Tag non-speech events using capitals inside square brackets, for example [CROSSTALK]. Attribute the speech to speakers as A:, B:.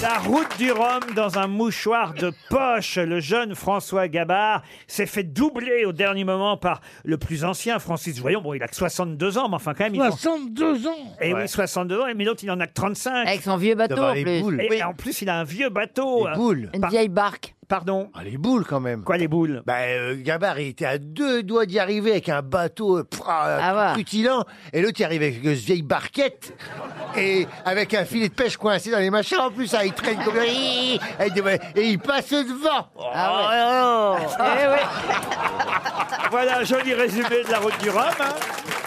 A: la route du Rhum dans un mouchoir de poche. Le jeune François Gabard s'est fait doubler au dernier moment par le plus ancien Francis Joyon. Bon, il a que 62 ans, mais enfin quand même.
B: 62 ans
A: Et Eh oui, 62 ans, et mais l'autre, il en a que 35.
C: Avec son vieux bateau, Devant en les plus. boules.
A: Et
C: Oui.
A: en plus, il a un vieux bateau.
C: Les
A: Euh,
C: boules. Une vieille barque.
A: Pardon
B: Ah, Les boules quand même.
A: Quoi les boules
B: Ben euh, Gabard, il était à deux doigts d'y arriver avec un bateau euh, pra-
C: Ah ouais.
B: rutilant, et l'autre y arrive avec une vieille barquette et avec un filet de pêche coincé dans les machins. En plus, hein, il traîne comme et, et il passe devant.
C: Ah
B: Oh, oh.
C: [LAUGHS] ouais. Eh ouais. Bah.
A: Voilà un joli résumé de la route du Rhum. hein.